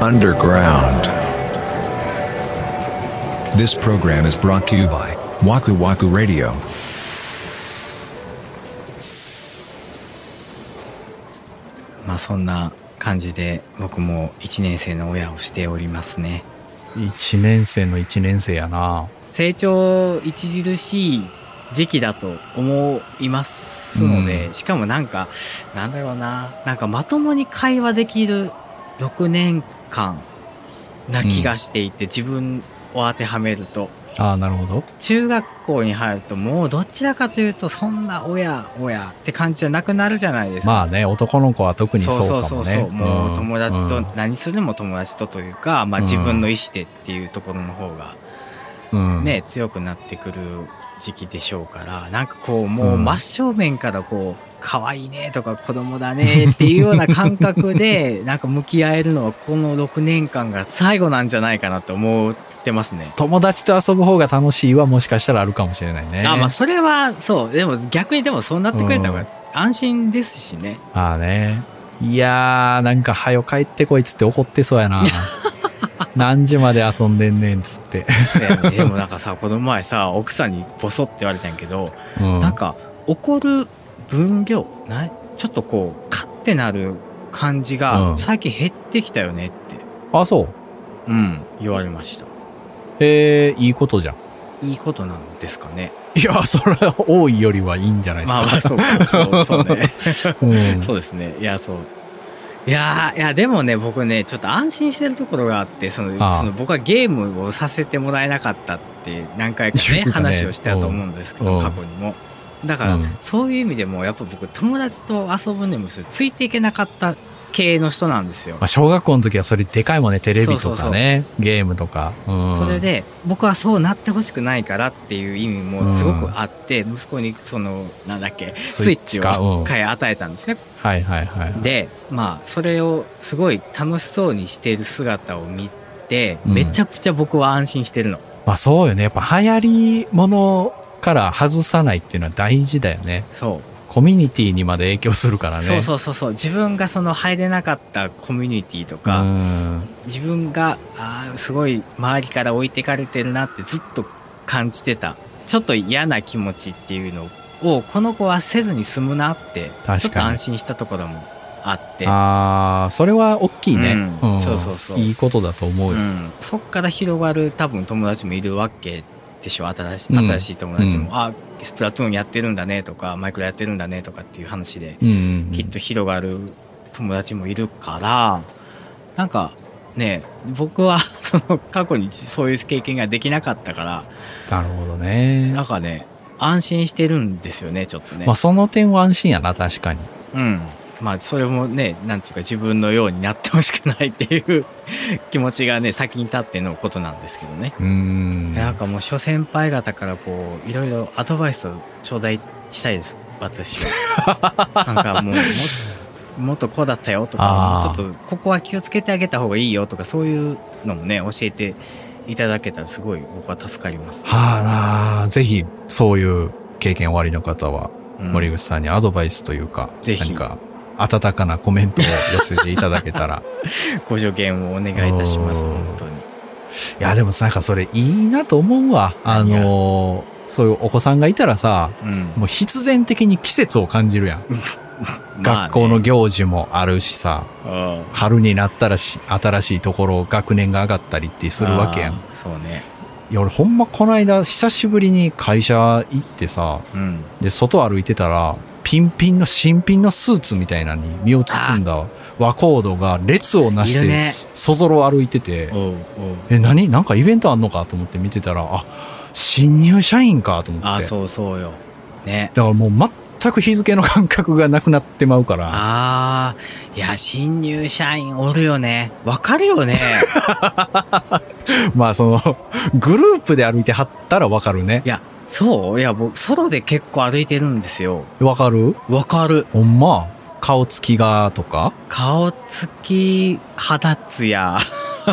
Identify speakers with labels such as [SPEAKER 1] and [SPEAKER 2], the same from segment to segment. [SPEAKER 1] underground.
[SPEAKER 2] This program is brought to you by Waku Waku Radio.
[SPEAKER 3] まあそんな感じで僕も1年生の親をしておりますね。
[SPEAKER 4] 1年生の1年生やな
[SPEAKER 3] 成長著しい時期だと思いますので、
[SPEAKER 4] うん
[SPEAKER 3] しかもなんかなんだろうななんかまともに会話できる6年間な気がしていて、自分を当てはめると
[SPEAKER 4] ああなるほど
[SPEAKER 3] 中学校に入るともうどちらかというとそんな親親って感じじゃなくなるじゃないですか。
[SPEAKER 4] まあね男の子は特にそう
[SPEAKER 3] そう
[SPEAKER 4] か
[SPEAKER 3] そ
[SPEAKER 4] も
[SPEAKER 3] うそう
[SPEAKER 4] ね
[SPEAKER 3] そうもう友達と
[SPEAKER 4] うん
[SPEAKER 3] 何するも友達とというか、まあ、
[SPEAKER 4] うん
[SPEAKER 3] 自分の意思でっていうところの方が
[SPEAKER 4] うん
[SPEAKER 3] ね、強くなってくる時期でしょうからなんかこうもう
[SPEAKER 4] うん
[SPEAKER 3] 真正面からこう可愛いねとか子供だねっていうような感覚 でなんか向き合えるのはこの6年間が最後なんじゃないかなと思ってますね。
[SPEAKER 4] 友達と遊ぶ方が楽しいはもしかしたらあるかもしれないね
[SPEAKER 3] あまあそれはそうでも逆にでもそうなってくれた方が安心ですし ね。
[SPEAKER 4] まあねいやーなんか「はよ帰ってこい」っつって怒ってそう やな何時まで遊んでんねんっつって、
[SPEAKER 3] そうやねでもなんかさこの前さ奥さんにボソって言われたんやけど、
[SPEAKER 4] うん、
[SPEAKER 3] なんか怒る分量なちょっとこうカッてなる感じ
[SPEAKER 4] う
[SPEAKER 3] が
[SPEAKER 4] ん
[SPEAKER 3] 最近減ってきたよねって、
[SPEAKER 4] あそう
[SPEAKER 3] うん、言われました
[SPEAKER 4] えー、いいことじゃん
[SPEAKER 3] いいことなんですかね
[SPEAKER 4] いやそれは多いよりはいいんじゃないですか、
[SPEAKER 3] まあまあ そうかそうそうね
[SPEAKER 4] うん
[SPEAKER 3] そうですねいやそういやーいやでもね僕ねちょっと安心してるところがあってその
[SPEAKER 4] ああ
[SPEAKER 3] その僕はゲームをさせてもらえなかったって何回か
[SPEAKER 4] 言
[SPEAKER 3] ね
[SPEAKER 4] ってたね
[SPEAKER 3] 話をしたと思うんですけ
[SPEAKER 4] う
[SPEAKER 3] ど
[SPEAKER 4] ん
[SPEAKER 3] 過去にもだから、
[SPEAKER 4] うん
[SPEAKER 3] そういう意味でもやっぱ僕友達と遊ぶのにもそれついていけなかった系の人なんですよ
[SPEAKER 4] まあ、小学校の時はそれでかいもんねテレビとかねゲームとか、うん、
[SPEAKER 3] それで僕はそうなってほしくないからっていう意味もすごくあって、息子にそのなんだっけス
[SPEAKER 4] ス
[SPEAKER 3] イ
[SPEAKER 4] イ
[SPEAKER 3] ッ
[SPEAKER 4] ッ
[SPEAKER 3] チ
[SPEAKER 4] チ
[SPEAKER 3] を
[SPEAKER 4] かう
[SPEAKER 3] 1
[SPEAKER 4] ん
[SPEAKER 3] 回与えたんですね。
[SPEAKER 4] はいはいはい
[SPEAKER 3] でまあそれをすごい楽しそうにしている姿を見て、
[SPEAKER 4] うん
[SPEAKER 3] めちゃくちゃ僕は安心してるの。
[SPEAKER 4] まあそうよねやっぱ流行りものから外さないっていうのは大事だよね
[SPEAKER 3] そう
[SPEAKER 4] コミュニティにまで影響するからね
[SPEAKER 3] そうそうそうそう自分がその入れなかったコミュニティとか、
[SPEAKER 4] うん
[SPEAKER 3] 自分があーすごい周りから置いてかれてるなってずっと感じてたちょっと嫌な気持ちっていうのをこの子はせずに済むなって
[SPEAKER 4] 確かに
[SPEAKER 3] ちょっと安心したところもあって、
[SPEAKER 4] ああそれは大きいね、
[SPEAKER 3] うんそうそうそう
[SPEAKER 4] いいことだと思う
[SPEAKER 3] う
[SPEAKER 4] よ、
[SPEAKER 3] ん、そっから広がる多分友達もいるわけでしょ新し
[SPEAKER 4] うん
[SPEAKER 3] 新しい友達も、
[SPEAKER 4] う
[SPEAKER 3] あスプラトゥーンやってるんだねとかマイクラやってるんだねとかっていう話で
[SPEAKER 4] うんうん
[SPEAKER 3] きっと広がる友達もいるからなんかね僕は その過去にそういう経験ができなかったか
[SPEAKER 4] なるほど
[SPEAKER 3] らな
[SPEAKER 4] ね
[SPEAKER 3] んかね安心してるんですよねちょっとね、
[SPEAKER 4] まあその点は安心やな確かに
[SPEAKER 3] うんまあそれもねなんていうか自分のようになってほしくないっていう 気持ちがね先に立ってのことなんですけどね、
[SPEAKER 4] うん
[SPEAKER 3] なんかもう諸先輩方からこういろいろアドバイスを頂戴したいです 私はなんかもうももっとこうだったよとか
[SPEAKER 4] あー
[SPEAKER 3] ちょっとここは気をつけてあげた方がいいよとかそういうのもね教えていただけたらすごい僕は助かります、
[SPEAKER 4] はあなあぜひそういう経験終わりの方は
[SPEAKER 3] うん
[SPEAKER 4] 森口さんにアドバイスというか、
[SPEAKER 3] ぜひ
[SPEAKER 4] 何か温かなコメントを寄せていただけたら
[SPEAKER 3] ご助言をお願いいたします
[SPEAKER 4] おー
[SPEAKER 3] 本当に
[SPEAKER 4] いやでもなんかそれいいなと思うわあのーそういうお子さんがいたらさ
[SPEAKER 3] うん
[SPEAKER 4] もう必然的に季節を感じるやん、学校の行事もあるしさ
[SPEAKER 3] まあねうん
[SPEAKER 4] 春になったらし新しいところ学年が上がったりってするわけやん
[SPEAKER 3] あーそうね
[SPEAKER 4] いや俺ほんまこの間久しぶりに会社行ってさ
[SPEAKER 3] うん
[SPEAKER 4] で外歩いてたらピンピンの新品のスーツみたいなのに身を包んだ和コードが列をなし
[SPEAKER 3] い
[SPEAKER 4] て
[SPEAKER 3] るね
[SPEAKER 4] そぞろ歩いてて、
[SPEAKER 3] おうおう
[SPEAKER 4] え何なんかイベントあんのかと思って見てたらあ新入社員かと思って
[SPEAKER 3] あーそうそうよね
[SPEAKER 4] だからもう全く日付の感覚がなくなってまうから
[SPEAKER 3] ああ、いや、新入社員おるよね。わかる よね。
[SPEAKER 4] まあその グループで歩いてはったらわかるね
[SPEAKER 3] いや、そういや、僕、ソロで結構歩いてるんですよ。
[SPEAKER 4] わかる
[SPEAKER 3] わかる。
[SPEAKER 4] ほんま顔つきがとか
[SPEAKER 3] 顔つき、肌ツヤ、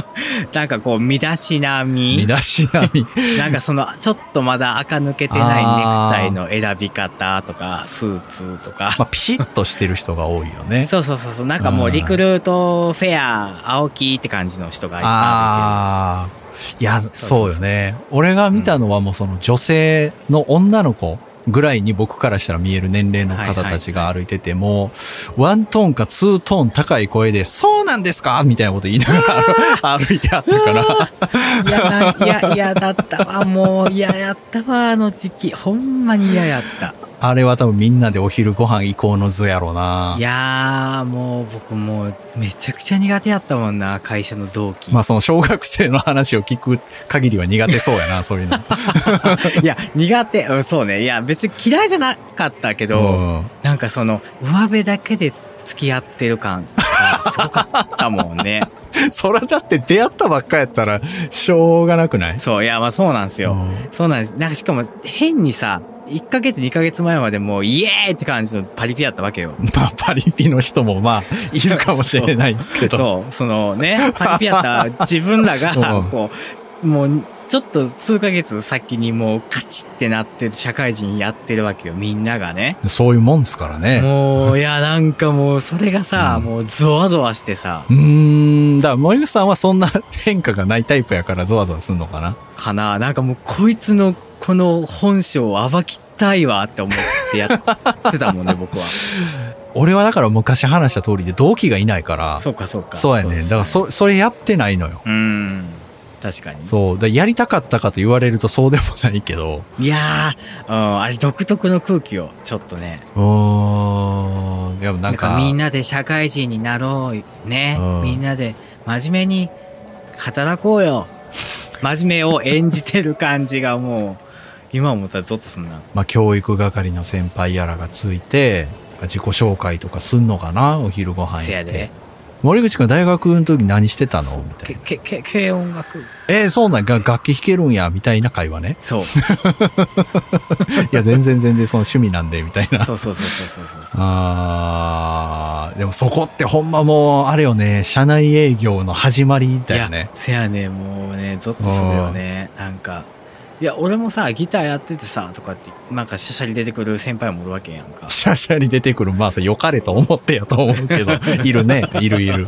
[SPEAKER 3] なんかこう、身だしなみ
[SPEAKER 4] 身。だしなみ。
[SPEAKER 3] なんかその、ちょっとまだ垢抜けてないネクタイの選び方とか、スーツとか。
[SPEAKER 4] まあ、ピシッとしてる人が多いよね。
[SPEAKER 3] そうそうそうそう。なんかもうリクルートフェア、青木って感じの人がいっぱ
[SPEAKER 4] ああ。いや、そうよね。俺が見たのはもうその女性の女の子ぐらいに僕からしたら見える年齢の方たちが歩いてても、ワントーンかツートーン高い声で、そうなんですかみたいなこと言いなが ら歩いてあったから。
[SPEAKER 3] いるけど。いやな、いや、いやだったわ。もう嫌やったわ、あの時期。ほんまに嫌やった。。
[SPEAKER 4] あれは多分みんなでお昼ご飯行こうの図やろうない
[SPEAKER 3] やー、もう僕もうめちゃくちゃ苦手やったもんな、会社の同 期。
[SPEAKER 4] まあその小学生の話を聞く限りは苦手そうやな、そういう の。
[SPEAKER 3] いや、苦手。うんそうね。いや、別に嫌いじゃなかったけど、
[SPEAKER 4] うん
[SPEAKER 3] なんかその、上辺だけで付き合ってる感がすごかったもん ね。
[SPEAKER 4] そらだって出会ったばっかやったら、しょうがなくない
[SPEAKER 3] そう、いや、まあそうなんですよ。
[SPEAKER 4] うん
[SPEAKER 3] そうなんです。なんかしかも変にさ、1ヶ月2ヶ月前までもうイエーイって感じのパリピだったわけよ。
[SPEAKER 4] まあ、パリピの人もまあ、いるかもしれないですけど。
[SPEAKER 3] そう、そのね、パリピやった自分ら
[SPEAKER 4] う
[SPEAKER 3] が
[SPEAKER 4] ん、
[SPEAKER 3] こう、もう、ちょっと数ヶ月先にもうカチってなってる社会人やってるわけよ、みんながね。
[SPEAKER 4] そういうもんですからね。
[SPEAKER 3] もう、いや、なんかもう、それがさ、
[SPEAKER 4] うん
[SPEAKER 3] もうゾワゾワしてさ、
[SPEAKER 4] うーん、だから森口さんはそんな変化がないタイプやからゾワゾワすんのかな。
[SPEAKER 3] かな。なんかもう、こいつの、この本性を暴きたいわって思ってやってたもんね、僕 は。
[SPEAKER 4] 俺はだから昔話した通りで同期がいないから、
[SPEAKER 3] そうか、そうか。
[SPEAKER 4] そうやね。だからそ、それやってないのよ。
[SPEAKER 3] うん。確かに。
[SPEAKER 4] そう。だからやりたかったかと言われるとそうでもないけど、
[SPEAKER 3] いやー、うん、あれ独特の空気を、ちょっとね。
[SPEAKER 4] うーん、いやな
[SPEAKER 3] なんん
[SPEAKER 4] か、
[SPEAKER 3] かみんなで社会人になろう。ね
[SPEAKER 4] うん。
[SPEAKER 3] みんなで真面目に働こうよ。真面目を演じてる感じがもう、今思ったらゾッとすんな。
[SPEAKER 4] まあ、教育係の先輩やらがついて、自己紹介とかすんのかなお昼ご飯
[SPEAKER 3] せ
[SPEAKER 4] 行
[SPEAKER 3] や
[SPEAKER 4] っ
[SPEAKER 3] で
[SPEAKER 4] て。。森口くん大学の時何してたのみたいな
[SPEAKER 3] け、。け、け、軽音楽。
[SPEAKER 4] えー、そうなんが楽器弾けるんや、みたいな会 話ね。
[SPEAKER 3] そう。
[SPEAKER 4] いや、全然全然その趣味なんで、みたいな。
[SPEAKER 3] そうそうそうそうそうそう。
[SPEAKER 4] あー、でもそこってほんまもう、あれよね、社内営業の始まり だよ
[SPEAKER 3] いや
[SPEAKER 4] ね。
[SPEAKER 3] せやねもうねゾッとするよねなんかいや俺もさギターやっててさとかってなんかしゃしゃり出てくる先輩もおるわけやんか
[SPEAKER 4] シャシャに出てくる、まあさ、良かれと思ってやと思うけ ど、いるね、いるいる。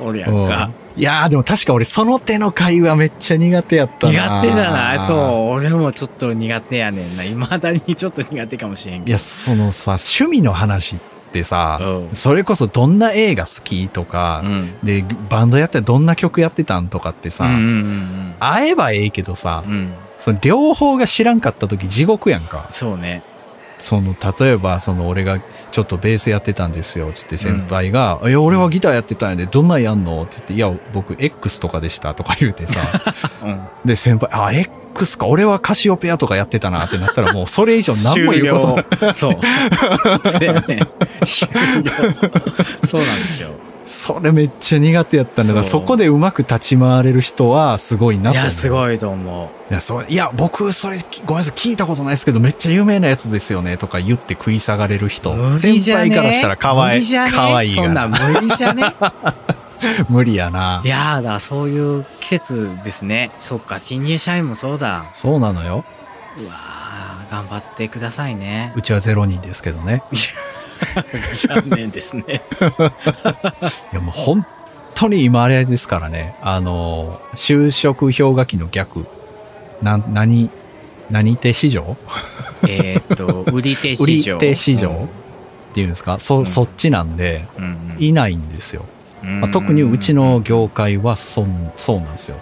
[SPEAKER 3] おるや
[SPEAKER 4] うんん
[SPEAKER 3] か
[SPEAKER 4] いやー、でも確か俺、その手の会話めっちゃ苦手やったな。
[SPEAKER 3] 苦手じゃないそう俺もちょっと苦手やねんないまだにちょっと苦手かもしれん
[SPEAKER 4] い
[SPEAKER 3] けど
[SPEAKER 4] や、そのさ、趣味の話ってさ、
[SPEAKER 3] うん
[SPEAKER 4] それこそどんな映画好きとか、
[SPEAKER 3] うん
[SPEAKER 4] で、バンドやってどんな曲やってたんとかってさ、
[SPEAKER 3] うんうん
[SPEAKER 4] 会えばええけどさ
[SPEAKER 3] うんう、んうん
[SPEAKER 4] その両方が知らんかった時地獄やんか。
[SPEAKER 3] そうね
[SPEAKER 4] その、例えば、その俺がちょっとベースやってたんですよ、つって先輩が、いや、俺はギターやってたんやで、どんなんやんのって言って、いや、僕 X とかでしたとか言うてさ、
[SPEAKER 3] うん
[SPEAKER 4] で、先輩、あ、X か、俺はカシオペアとかやってたなってなったら、もうそれ 以上何も言うことな
[SPEAKER 3] と
[SPEAKER 4] い。
[SPEAKER 3] そうせやね終了そうなんですよ
[SPEAKER 4] それめっちゃ苦手やったんだから、
[SPEAKER 3] そ
[SPEAKER 4] そうこでうまく立ち回れる人はすごいないと思う。
[SPEAKER 3] やすごいと思う
[SPEAKER 4] いや、そう、いや、僕、それ、きごめんなさい、聞いたことないですけど、めっちゃ有名なやつですよね、とか言って食い下がれる人。
[SPEAKER 3] 無理じゃね
[SPEAKER 4] 先輩からしたら可愛
[SPEAKER 3] 無
[SPEAKER 4] い
[SPEAKER 3] 理じゃね
[SPEAKER 4] 可愛い
[SPEAKER 3] そんな
[SPEAKER 4] が。
[SPEAKER 3] ん無理じゃね。
[SPEAKER 4] 無理やない
[SPEAKER 3] やーだそういう季節ですねそっか新入社員もそうだ
[SPEAKER 4] そうなのよ。
[SPEAKER 3] うわー頑張ってくださいね
[SPEAKER 4] うちはゼロ人ですけどね。
[SPEAKER 3] 残念ですね
[SPEAKER 4] いや、もう本当に今あれですからね。あの、就職氷河期の逆。な、何、何手市場
[SPEAKER 3] えーっと 売り手
[SPEAKER 4] 売
[SPEAKER 3] 市
[SPEAKER 4] り
[SPEAKER 3] 場
[SPEAKER 4] 手市場、っていうんですかそ、
[SPEAKER 3] ん
[SPEAKER 4] そっちなんで、
[SPEAKER 3] うんうん
[SPEAKER 4] いないんですよ。
[SPEAKER 3] うん
[SPEAKER 4] まあ、特にうちの業界はそん、そうなんですよ。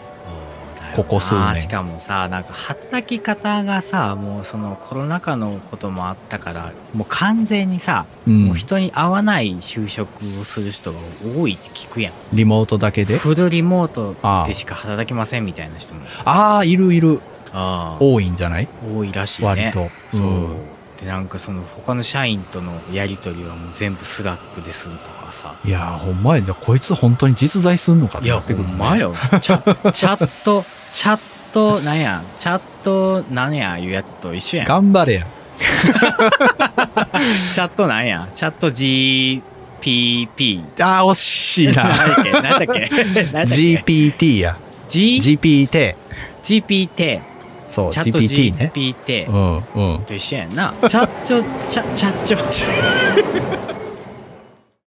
[SPEAKER 4] ここ数年
[SPEAKER 3] しかもさなんか働き方がさもうそのコロナ禍のこともあったからもう完全にさ、
[SPEAKER 4] うん
[SPEAKER 3] もう人に合わない就職をする人が多いって聞くやん
[SPEAKER 4] リモートだけで。
[SPEAKER 3] フルリモートでしか働きませんみたいな人も
[SPEAKER 4] ああ、いるいる。
[SPEAKER 3] ああ
[SPEAKER 4] 多いんじゃない
[SPEAKER 3] 多いらしいね
[SPEAKER 4] 割と。
[SPEAKER 3] そう、
[SPEAKER 4] うん
[SPEAKER 3] でなんかその他の社員とのやり取りはもう全部スラックでするとかさ
[SPEAKER 4] いやー、ほんまや。こいつ本当に実在すんのかっ
[SPEAKER 3] い
[SPEAKER 4] て
[SPEAKER 3] や
[SPEAKER 4] なって
[SPEAKER 3] ほ
[SPEAKER 4] くるね
[SPEAKER 3] んま。よチャチャットチャットなんやチャットなんやいうやつと一緒やん
[SPEAKER 4] 頑張れや。
[SPEAKER 3] チャットなんやチャット G GPP。
[SPEAKER 4] あー、惜しい な。
[SPEAKER 3] 何だっけ何だっけ何だっけ
[SPEAKER 4] GPT や。
[SPEAKER 3] G
[SPEAKER 4] GPT。
[SPEAKER 3] GPT。
[SPEAKER 4] そう、
[SPEAKER 3] チャット
[SPEAKER 4] GPT ね。
[SPEAKER 3] GPT
[SPEAKER 4] う。ん、うん。
[SPEAKER 3] と一緒やんな。チャッチョ、チャ、チャッチョ。